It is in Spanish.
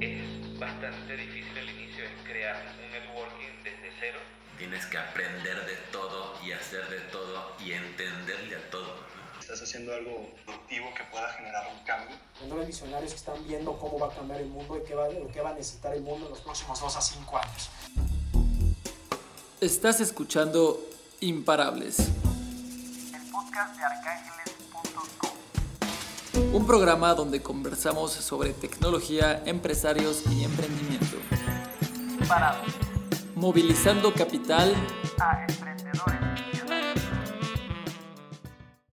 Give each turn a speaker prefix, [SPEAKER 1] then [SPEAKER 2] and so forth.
[SPEAKER 1] Es bastante difícil el inicio, es crear un networking desde cero.
[SPEAKER 2] Tienes que aprender de todo y hacer de todo y entenderle a todo. ¿no?
[SPEAKER 3] Estás haciendo algo productivo que pueda generar un cambio.
[SPEAKER 4] Son los visionarios que están viendo cómo va a cambiar el mundo y qué va, lo que va a necesitar el mundo en los próximos 2 a 5 años.
[SPEAKER 5] Estás escuchando Imparables.
[SPEAKER 6] El podcast de arcángeles.com
[SPEAKER 5] un programa donde conversamos sobre tecnología, empresarios y emprendimiento.
[SPEAKER 6] Imparables.
[SPEAKER 5] Movilizando capital
[SPEAKER 6] A este